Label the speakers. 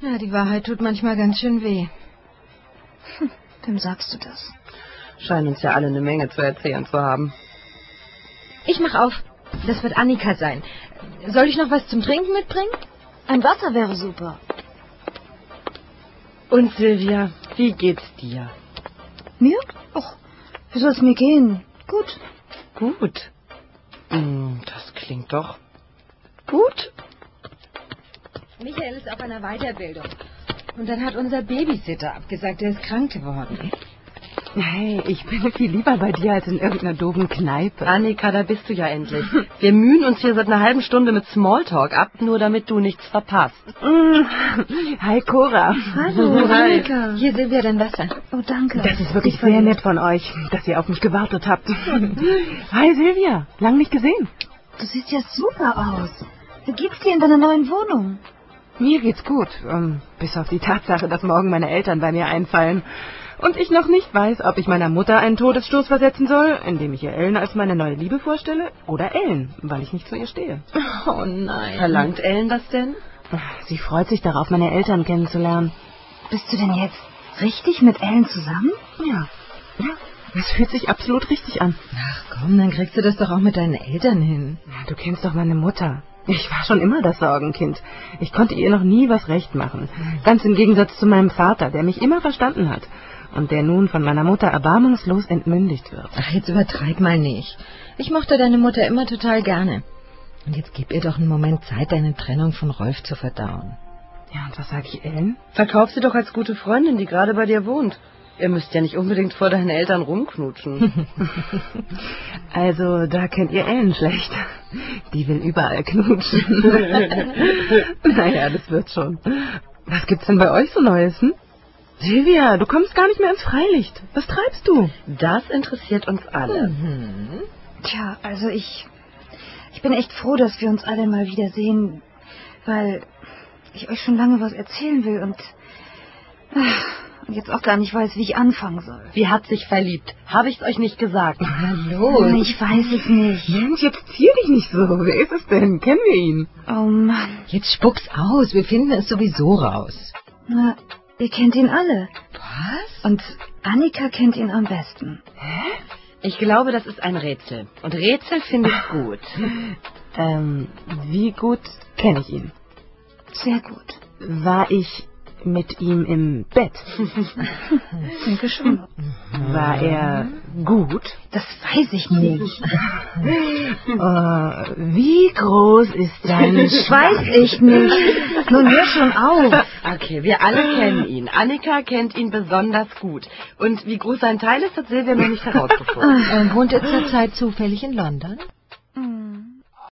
Speaker 1: Ja, die Wahrheit tut manchmal ganz schön weh.
Speaker 2: Hm, wem sagst du das?
Speaker 3: Scheinen uns ja alle eine Menge zu erzählen zu haben.
Speaker 1: Ich mach auf. Das wird Annika sein. Soll ich noch was zum Trinken mitbringen?
Speaker 2: Ein Wasser wäre super.
Speaker 3: Und Silvia, wie geht's dir?
Speaker 2: Mir? Och, wie soll's mir gehen? Gut.
Speaker 3: Gut. Hm, Das klingt doch.
Speaker 2: Gut?
Speaker 1: Michael ist auf einer Weiterbildung. Und dann hat unser Babysitter abgesagt, der ist krank geworden.
Speaker 4: Hey, ich bin viel lieber bei dir als in irgendeiner doofen Kneipe.
Speaker 3: Annika, da bist du ja endlich. Wir mühen uns hier seit einer halben Stunde mit Smalltalk ab, nur damit du nichts verpasst.
Speaker 4: Mm. Hi, Cora.
Speaker 2: Hallo,
Speaker 3: Hi.
Speaker 2: Annika.
Speaker 1: Hier, Silvia, dein Wasser.
Speaker 2: Oh, danke.
Speaker 4: Das ist wirklich sehr nett von euch, dass ihr auf mich gewartet habt. Hi, Silvia. Lang nicht gesehen.
Speaker 2: Du siehst ja super aus. Wie geht's dir in deiner neuen Wohnung?
Speaker 4: Mir geht's gut. Ähm, bis auf die Tatsache, dass morgen meine Eltern bei mir einfallen. Und ich noch nicht weiß, ob ich meiner Mutter einen Todesstoß versetzen soll, indem ich ihr Ellen als meine neue Liebe vorstelle, oder Ellen, weil ich nicht zu ihr stehe.
Speaker 1: Oh nein.
Speaker 3: Verlangt Ellen das denn?
Speaker 4: Sie freut sich darauf, meine Eltern kennenzulernen.
Speaker 2: Bist du denn jetzt richtig mit Ellen zusammen?
Speaker 4: Ja. Ja. Es fühlt sich absolut richtig an.
Speaker 1: Ach komm, dann kriegst du das doch auch mit deinen Eltern hin.
Speaker 4: Na, du kennst doch meine Mutter. Ich war schon immer das Sorgenkind. Ich konnte ihr noch nie was recht machen. Ganz im Gegensatz zu meinem Vater, der mich immer verstanden hat und der nun von meiner Mutter erbarmungslos entmündigt wird.
Speaker 1: Ach, jetzt übertreib mal nicht. Ich mochte deine Mutter immer total gerne. Und jetzt gib ihr doch einen Moment Zeit, deine Trennung von Rolf zu verdauen.
Speaker 4: Ja, und was sage ich Ellen?
Speaker 3: Verkauf sie doch als gute Freundin, die gerade bei dir wohnt. Ihr müsst ja nicht unbedingt vor deinen Eltern rumknutschen.
Speaker 4: Also, da kennt ihr Ellen schlecht. Die will überall knutschen. naja, das wird schon. Was gibt's denn bei euch so Neues, hm? Silvia, du kommst gar nicht mehr ins Freilicht. Was treibst du? Mhm.
Speaker 3: Das interessiert uns alle.
Speaker 2: Tja, also ich. Ich bin echt froh, dass wir uns alle mal wiedersehen, weil ich euch schon lange was erzählen will und. ah, Und jetzt auch gar nicht weiß, wie ich anfangen soll.
Speaker 3: Sie hat sich verliebt. Habe ich's euch nicht gesagt?
Speaker 1: Hallo.
Speaker 2: Ich weiß es nicht.
Speaker 4: Mensch, jetzt zier dich nicht so. Wer ist es denn? Kennen wir ihn?
Speaker 2: Oh Mann.
Speaker 1: Jetzt spuck's aus. Wir finden es sowieso raus.
Speaker 2: Na, ihr kennt ihn alle.
Speaker 1: Was?
Speaker 2: Und Annika kennt ihn am besten.
Speaker 3: Ich glaube, das ist ein Rätsel. Und Rätsel finde ich gut.
Speaker 4: Ähm, wie gut kenne ich ihn?
Speaker 2: Sehr gut.
Speaker 4: War ich mit ihm im Bett?
Speaker 2: Danke schon.
Speaker 4: War er
Speaker 3: Mhm.
Speaker 4: gut?
Speaker 2: Hm. Das weiß ich nicht.
Speaker 4: Äh, wie groß ist dein Sch...
Speaker 2: Weiß ich nicht. Nun hör schon auf.
Speaker 3: Okay, wir alle kennen ihn. Annika kennt ihn besonders gut. Und wie groß sein Teil ist, hat Silvia noch nicht herausgefunden.
Speaker 1: Äh, wohnt ihr zurzeit zufällig in London?